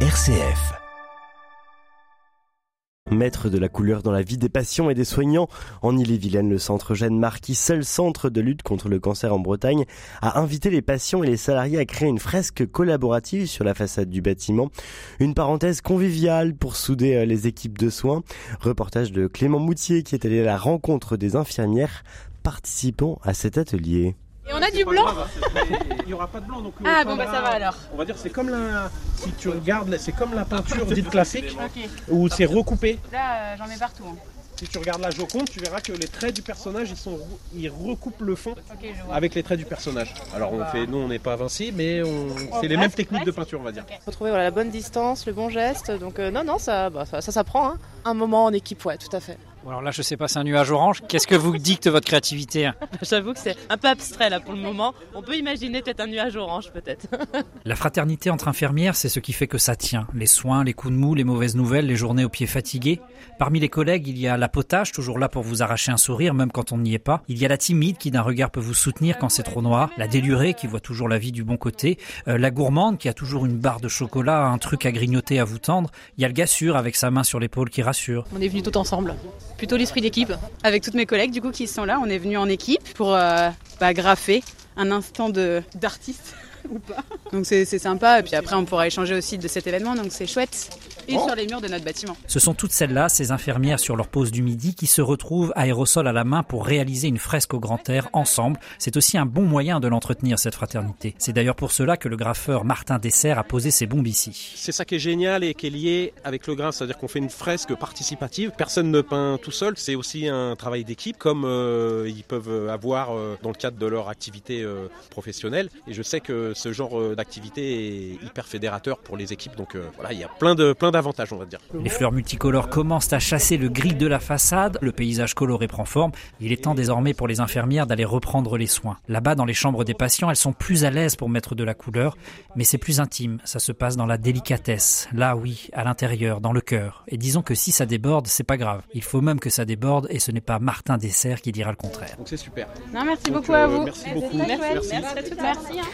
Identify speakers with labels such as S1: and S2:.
S1: RCF.
S2: Mettre de la couleur dans la vie des patients et des soignants, en Ille-et-Vilaine, le centre Jeanne Marquis, seul centre de lutte contre le cancer en Bretagne, a invité les patients et les salariés à créer une fresque collaborative sur la façade du bâtiment. Une parenthèse conviviale pour souder euh, les équipes de soins. Reportage de Clément Moutier qui est allé à la rencontre des infirmières participant à cet atelier.
S3: Et on a Ah, du blanc
S4: Il n'y aura hein, pas de blanc donc. euh,
S3: Ah
S4: comme
S3: bon bah
S4: la-
S3: ça va alors.
S4: On va dire c'est comme la si tu regardes là, c'est comme la peinture dite classique
S3: Ok.
S4: où c'est recoupé.
S3: Là euh, j'en mets partout. hein.
S4: Si tu regardes la Joconde, tu verras que les traits du personnage ils sont rou- ils recoupent le fond
S3: Ok je vois.
S4: avec les traits du personnage. Alors on fait nous on n'est pas Vinci mais on c'est les mêmes techniques de peinture on va dire.
S5: Retrouver voilà, la bonne distance, le bon geste. Donc euh, non, non, ça, bah, ça, ça s'apprend. hein. Un moment en équipe, ouais, tout à fait.
S6: Ou Alors là, je sais pas, c'est un nuage orange. Qu'est-ce que vous dicte votre créativité
S5: J'avoue que c'est un peu abstrait là pour le moment. On peut imaginer peut-être un nuage orange peut-être.
S6: La fraternité entre infirmières, c'est ce qui fait que ça tient. Les soins, les coups de mou, les mauvaises nouvelles, les journées aux pieds fatigués. Parmi les collègues, il y a la potache, toujours là pour vous arracher un sourire, même quand on n'y est pas. Il y a la timide qui, d'un regard, peut vous soutenir quand c'est trop noir. La délurée qui voit toujours la vie du bon côté. Euh, la gourmande qui a toujours une barre de chocolat, un truc à grignoter, à vous tendre. Il y a le gars sûr avec sa main sur l'épaule qui rassure.
S7: On est venus tout ensemble.
S3: Plutôt l'esprit d'équipe. Avec toutes mes collègues du coup qui sont là, on est venus en équipe pour euh, bah, graffer un instant de d'artiste ou pas. Donc c'est c'est sympa et puis après on pourra échanger aussi de cet événement donc c'est chouette. Et sur les murs de notre bâtiment.
S6: Ce sont toutes celles-là, ces infirmières sur leur pause du midi, qui se retrouvent aérosol à la main pour réaliser une fresque au grand air ensemble. C'est aussi un bon moyen de l'entretenir, cette fraternité. C'est d'ailleurs pour cela que le graffeur Martin Dessert a posé ses bombes ici.
S4: C'est ça qui est génial et qui est lié avec le grain, c'est-à-dire qu'on fait une fresque participative. Personne ne peint tout seul, c'est aussi un travail d'équipe comme euh, ils peuvent avoir euh, dans le cadre de leur activité euh, professionnelle. Et je sais que ce genre euh, d'activité est hyper fédérateur pour les équipes, donc euh, voilà, il y a plein de plein d'avantages, on va dire.
S6: Les fleurs multicolores commencent à chasser le gris de la façade, le paysage coloré prend forme. Il est temps désormais pour les infirmières d'aller reprendre les soins. Là-bas, dans les chambres des patients, elles sont plus à l'aise pour mettre de la couleur, mais c'est plus intime, ça se passe dans la délicatesse. Là, oui, à l'intérieur, dans le cœur. Et disons que si ça déborde, c'est pas grave. Il faut même que ça déborde, et ce n'est pas Martin Dessert qui dira le contraire.
S4: Donc c'est super.
S3: Non merci
S4: Donc,
S3: beaucoup
S4: euh,
S3: à vous.
S4: merci beaucoup.
S3: Merci.
S4: Merci.
S3: Merci. merci.